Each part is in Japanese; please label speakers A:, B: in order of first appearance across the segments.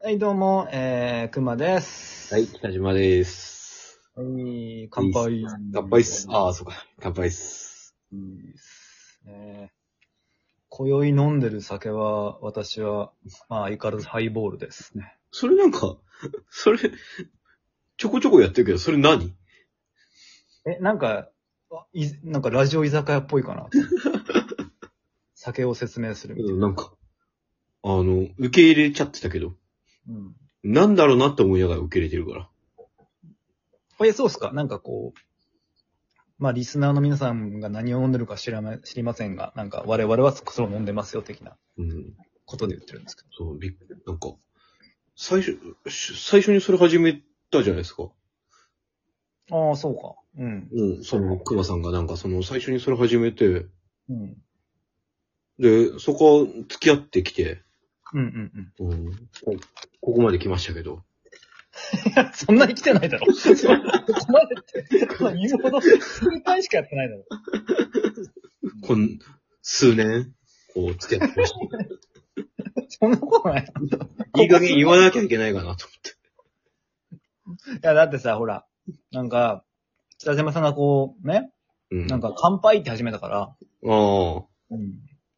A: はい、どうも、えー、くまです。
B: はい、。北島です。
A: はい、乾杯。
B: 乾杯っす。ああ、そうか。乾杯っす。
A: いいっすね。今宵飲んでる酒は、私は、まあ、相変わらずハイボールですね。
B: それなんか、それ、ちょこちょこやってるけど、それ何
A: え、なんか、あいなんかラジオ居酒屋っぽいか な。酒を説明するみたいな。
B: なんか、あの、受け入れちゃってたけど、
A: うん。
B: なんだろうなって思いながら受け入れてるから。
A: え、そうっすかなんかこう、まあ、リスナーの皆さんが何を飲んでるか知らま、知りませんが、なんか我々はそれを飲んでますよ、的な
B: うん。
A: ことで言ってるんですけど。
B: そう、びっなんか、最初、し最初にそれ始めたじゃないですか。
A: ああ、そうか。うん。
B: うん、その、熊さんがなんか、その、最初にそれ始めて、
A: うん。
B: で、そこは付き合ってきて、
A: うんうんうん。
B: うん、こここまで来ましたけど。
A: そんなに来てないだろ。そこまでって、まあ言うほど、数回しかやってないだろ。
B: こん、数年、こう、付き合ってました。
A: そんなことない。
B: いい加減言わなきゃいけないかなと思って。
A: いや、だってさ、ほら、なんか、北島さんがこう、ね、
B: うん。
A: なんか乾杯って始めたから、
B: ああ。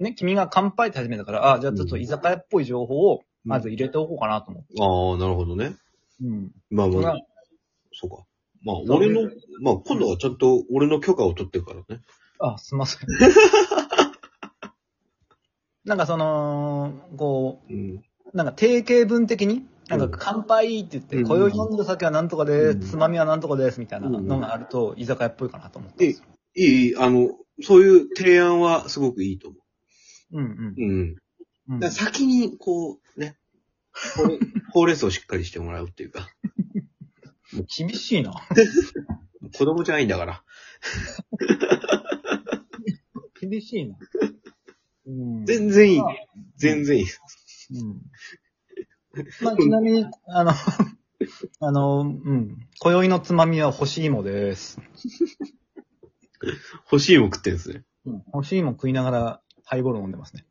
A: ね、君が乾杯って始めたから、あ、じゃあちょっと居酒屋っぽい情報を、まず入れておこうかなと思って。
B: ああ、なるほどね。
A: うん。
B: まあ
A: そん
B: ま
A: な
B: あ、そうか。まあ、俺の、まあ、今度はちゃんと俺の許可を取ってからね。
A: あ、すいません。なんかその、こう、
B: うん。
A: なんか定型文的に、なんか乾杯って言って、
B: うん
A: 今宵飲んでる酒はなんとかです、
B: うん
A: つまみはなんとかです、みたいなのがあると、居酒屋っぽいかなと思って。
B: いい、いい、あの、そういう提案はすごくいいと思
A: うんうん
B: う。うん。
A: うん。
B: だから先に、こう、ね、ほうほう れん草をしっかりしてもらうっていうか、
A: 厳しい な。
B: 子供じゃないんだから。
A: 厳しいな。うん
B: 全然いい
A: まあ。
B: 全然い
A: う
B: い。
A: ん。まあ、ちなみに、あの、 あの、うん。今宵のつまみは干し芋です。
B: 欲しいも食ってんですね。
A: うん、干し芋食いながら、ハイボール飲んでますね。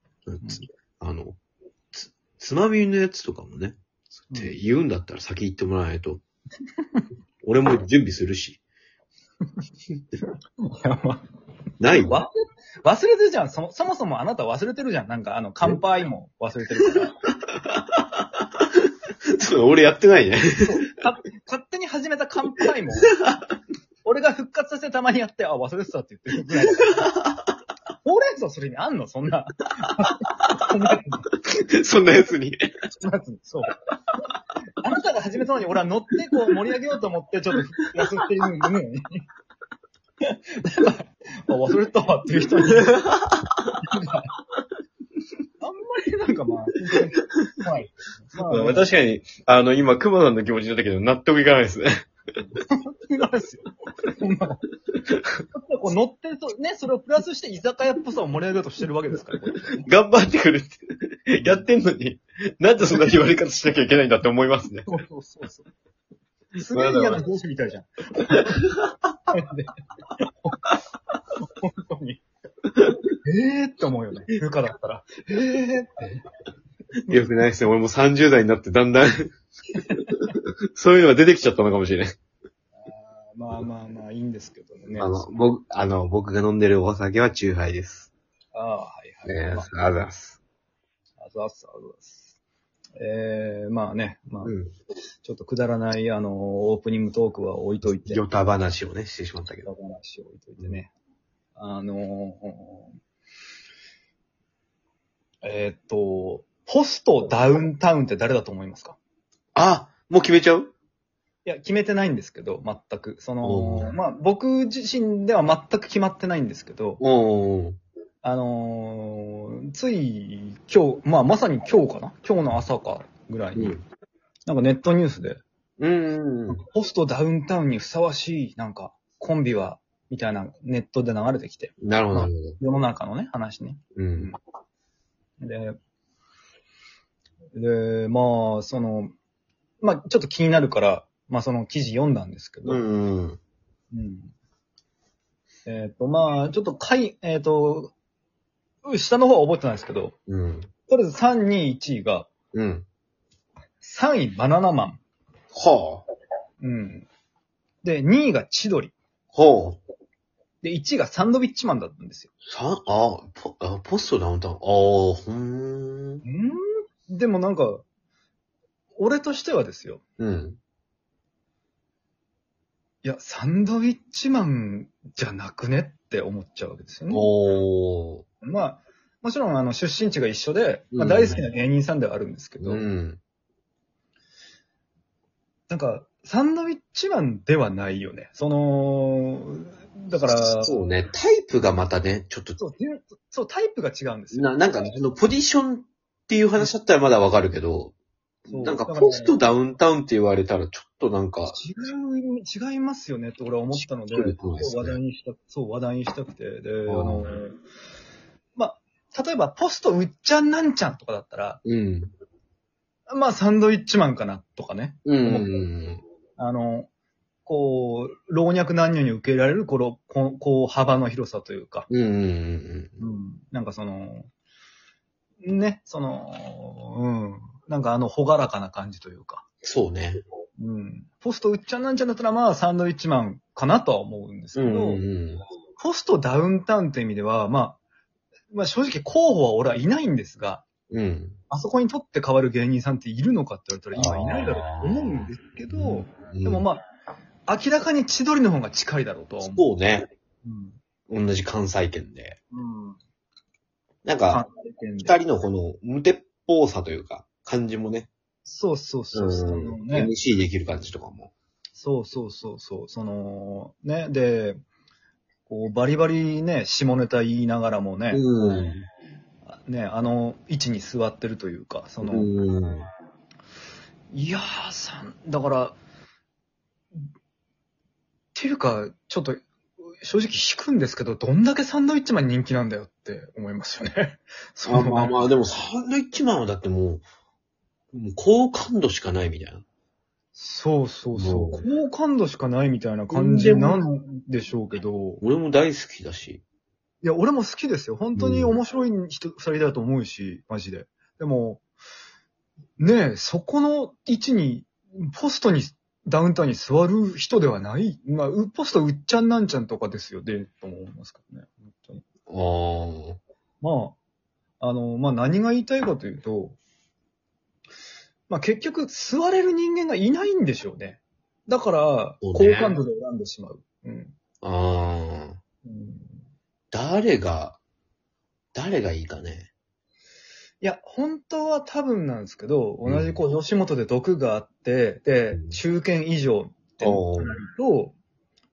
B: つあの、つ、つまみのやつとかもね、って言うんだったら先行ってもらわないと。 俺も準備するし。
A: うんいやまあ
B: ないわ。
A: わ忘れてるじゃん。そもそもそもあなた忘れてるじゃん。なんか、あの、乾杯も忘れてるから。
B: そう俺やってないね。
A: か勝手に始めた乾杯 も、俺が復活させてたまにやって、あ、忘れてたって言ってるぐらい。ほうれん草する意味あんのそんな。そんなや
B: そんなやつに。
A: つそんなやつそう。あなたが始めたのに俺は乗ってこう盛り上げようと思ってちょっとやすってるのに。なんか、あ忘れてたわっていう人に。なんかあんまりなんかまあ、はい。まあ、
B: 確かに、あの、今、熊さんの気持ちだったけど、納得いかないですね。
A: なんですよ。そんなの。 こう乗ってると、ね、それをプラスして居酒屋っぽさを盛り上げようとしてるわけですから、これ
B: 頑張ってくるって。 やってんのに、なんでそんな言われ方しなきゃいけないんだって思いますね。
A: そうそうそうそう。すげえ嫌な上司みたいじゃん。本当に。ええー、って思うよね。部下だったら。ええーって。
B: よくないですね。俺も30代になってだんだん、 そういうのが出てきちゃったのかもしれない。
A: まあまあまあ、いいんですけどね。
B: あ
A: あ
B: の、僕、あの、僕が飲んでるお酒はチューハイです。
A: あ、はい
B: ね
A: はい。
B: え、あり
A: ま
B: がとうございます。
A: あ、あざっす、あざっす。ええー、まあね、まあ、
B: うん。
A: ちょっとくだらない、あの、オープニングトークは置いといて。
B: ヨタ話をね、してしまったけど。
A: 裏話を置いといてね。あのー、えーっと、ホストダウンタウンって誰だと思いますか
B: あ、もう決めちゃう
A: いや、決めてないんですけど、全く。その
B: お、ー
A: まあ、僕自身では全く決まってないんですけど、
B: おー。
A: あのー、つい今日、まあ、まさに今日かな今日の朝かぐらいに、
B: うん。
A: なんかネットニュースで、
B: うんうん。
A: ホストダウンタウンにふさわしい、なんか、コンビは、みたいなネットで流れてきて、
B: なるほど、なるほど。
A: 世の中のね、話ね。
B: うん。
A: で、で、まあ、その、まあ、ちょっと気になるから、まあ、その記事読んだんですけど、
B: うん。
A: うんえっ、と、まあ、ちょっと、かい、えっ、と、下の方は覚えてないですけど、
B: うん。
A: とりあえず3、2、1位が、
B: うん。
A: 3位バナナマン。
B: はあ。
A: うん。で、2位が千鳥。
B: はあ。
A: で、1位がサンドビッチマンだったんですよ。
B: さ、あ、ポ、あポストダウンタウン。ああ、ほーん。
A: んーでもなんか、俺としてはですよ。
B: うん。
A: いや、サンドウィッチマンじゃなくねって思っちゃうわけですよね。
B: おー。
A: まあ、もちろんあの出身地が一緒で、まあ、
B: うん
A: 大好きな芸人さんではあるんですけど、
B: うん。
A: なんか、サンドウィッチマンではないよね。その、だから、そう
B: そうね。タイプがまたね、ちょっと、
A: そうそう、タイプが違うんですよ。
B: な、なんか、そのポジションっていう話だったらまだわかるけど、
A: そう
B: なんか
A: だら
B: ポストダウンタウンって言われたらちょっとなんか、
A: 違う、違いますよねって俺は思ったので、
B: そうですね
A: 話題にした、そう、話題にしたくて、で、
B: あ
A: あ
B: ー
A: の、まあ、例えば、ポストうっちゃんなんちゃんとかだったら、
B: うん。
A: まあ、サンドイッチマンかなとかね。
B: うん。
A: あの、こう、老若男女に受け入れられる、この、こうこう、幅の広さというか、
B: うん。うん。
A: うん、なんかその、ね、その、うん、なんかあの、ほがらかな感じというか、
B: そうね。
A: うん、ポストうっちゃんなんちゃんだったら、まあ、サンドイッチマンかなとは思うんです
B: う
A: け
B: ん
A: ど、
B: うん。
A: ポストダウンタウンという意味では、まあ、まあ正直候補は俺はいないんですが、
B: うん。
A: あそこにとって変わる芸人さんっているのかって言われたら今いないだろうと思うんですけど、
B: うん
A: でもまあ、明らかに千鳥の方が近いだろうとは思う。
B: そうね。
A: うん。
B: 同じ関西圏で。
A: うん。
B: なん
A: 関
B: か、
A: 西圏で
B: 二人のこの無鉄砲さというか、感じもね。
A: そうそうそうそう、
B: うん。
A: ね。
B: MC できる感じとかも。
A: そうそうそうそう。その、ね。で、こうバリバリね、下ネタ言いながらもね、
B: うん。
A: ね、あの位置に座ってるというか、その、
B: うん。
A: いやーさん、だから、っていうか、ちょっと、正直引くんですけど、どんだけサンドウィッチマン人気なんだよって思いますよね。そ
B: あ
A: の
B: まあまあ、でもサンドイッチマンはだってもう、もう好感度しかないみたいな。
A: そうそうそう。好
B: も
A: 感度しかないみたいな感じなんでしょうけど。
B: 俺も大好きだし。
A: いや、俺も好きですよ。本当に面白い人、二人だと思うし、マジで。でも、ねえ、そこの位置に、ポストに、ダウンタウンに座る人ではない。まあ、うポストうっちゃんなんちゃんとかですよ、で、とも思いますけどね。本当に
B: あ
A: まあ、
B: あ。
A: あの、まあ何が言いたいかというと、まあ結局、座れる人間がいないんでしょうね。だから、
B: そ
A: 好
B: うね
A: 感度で選んでしまう。うん。
B: ああ。
A: うん
B: 誰が、誰がいいかね。
A: いや、本当は多分なんですけど、
B: うん
A: 同じこう、吉本で毒があって、で
B: うん、
A: 中堅以上ってな
B: おー
A: ると、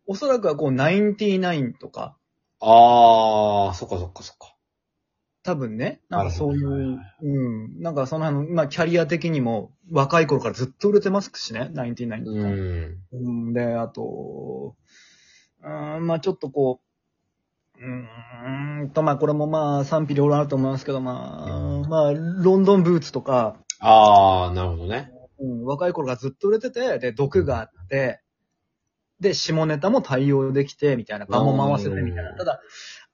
A: おそらくはこう、99とか、
B: ああ、そっかそっかそっか。
A: 多分ね、なんかそうい
B: はいはい
A: う、
B: は
A: うん、なんかその辺の、まあ、キャリア的にも、若い頃からずっと売れてますしね、99とか。
B: うん。
A: うん、で、あと、うん、まあちょっとこう、うーんと、まあこれもまあ賛否両論あると思いますけど、まあ、
B: うん
A: まあ、ロンドンブーツとか、
B: ああ、なるほどね。
A: うん、若い頃がずっと売れてて、で、毒があって、で、下ネタも対応できて、みたいな、場も回せて、みたい
B: うん
A: な。ただ、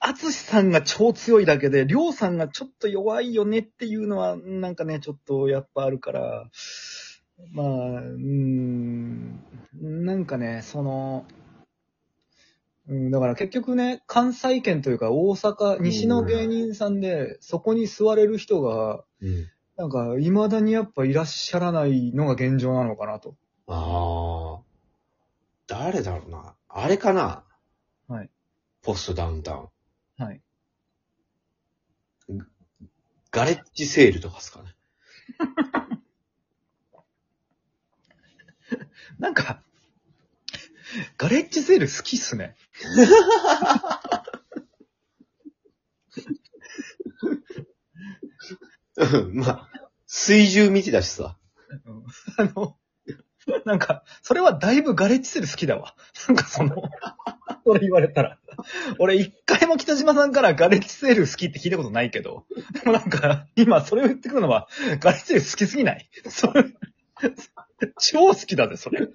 A: 淳さんが超強いだけで、りょうさんがちょっと弱いよねっていうのは、なんかね、ちょっとやっぱあるから、まあ、うん、なんかね、その、うん、だから結局ね、関西圏というか大阪、西の芸人さんで、そこに座れる人が、
B: うん。
A: なんか、未だにやっぱいらっしゃらないのが現状なのかなと。
B: ああ。誰だろうな。あれかな。
A: はい。
B: ポストダウンタウン。
A: はい。
B: ガレッジセールとかですかね。
A: なんか、ガレッジセール好きっすね。
B: うんまあ、水中見てたしさ。
A: うんあの、なんか、それはだいぶガレッジセール好きだわ。なんかその、それ言われたら。俺一回も北島さんからガレッジセール好きって聞いたことないけど、でもなんか、今それを言ってくるのは、ガレッジセール好きすぎないそれ、超好きだぜ、それ。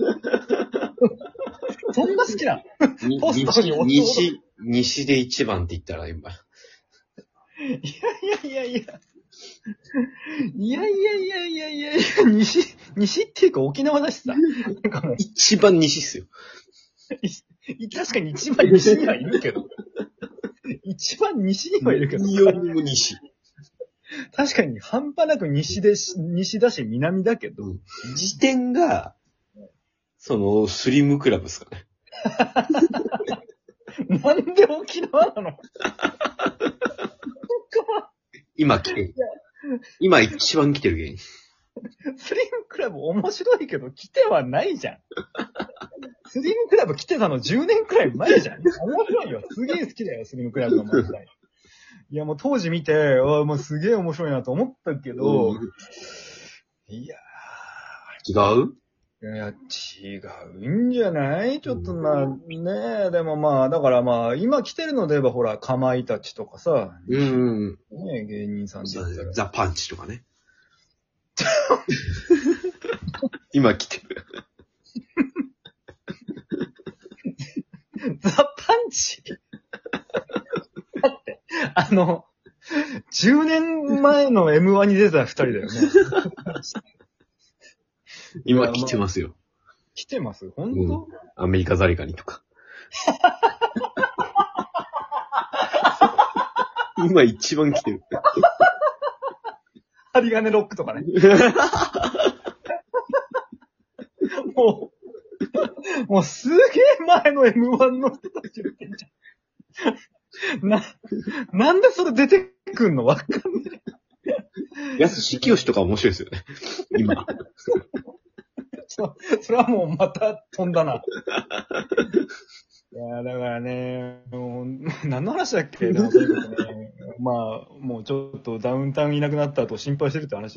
A: そんな好きなの
B: に
A: ポストに落ちる
B: 西、西で一番って言ったら
A: い
B: 今。
A: やいやいやいや。いやいやいやいやいやいや、西、西っていうか沖縄だしさ。なんかもう、
B: 一番西っすよ。
A: 確かに一番西にはいるけど。一番西にはいるけど。
B: よりも西。
A: 確かに半端なく西でし、西だし南だけど。
B: 時点が、その、スリムクラブっすかね。
A: なんで沖縄なの
B: 今来てる。今一番来てる芸人。
A: スリムクラブ面白いけど来てはないじゃん。スリムクラブ来てたの10年くらい前じゃん。面白いよ。すげえ好きだよ、スリムクラブの漫才。いやもう当時見て、ああもうすげえ面白いなと思ったけど、
B: うん
A: いや
B: 違う
A: いや、違うんじゃないちょっとまあ、ねえ、でもまあ、だからまあ、今来てるので言えばほら、かまいたちとかさ、
B: うん。
A: ねえ、芸人さんで言ったら。
B: ザ・パンチとかね。今来てる。
A: ザ・パンチだって、あの、10年前の M1 に出た二人だよね。
B: 今来てますよ。
A: 来てます本当、
B: アメリカザリガニとか。 今一番来てる。
A: 針金ロックとかね。もう、もうすげえ前の M1 の人たち言ってんじゃん。な、なんでそれ出てくんのわかんない。
B: 安志清とか面白いですよね。今。
A: そ それはもうまた飛んだな。いやー、だからね、もう、 何の話だっけでもとにかくねまあ、もうちょっとダウンタウンいなくなった後心配してるって話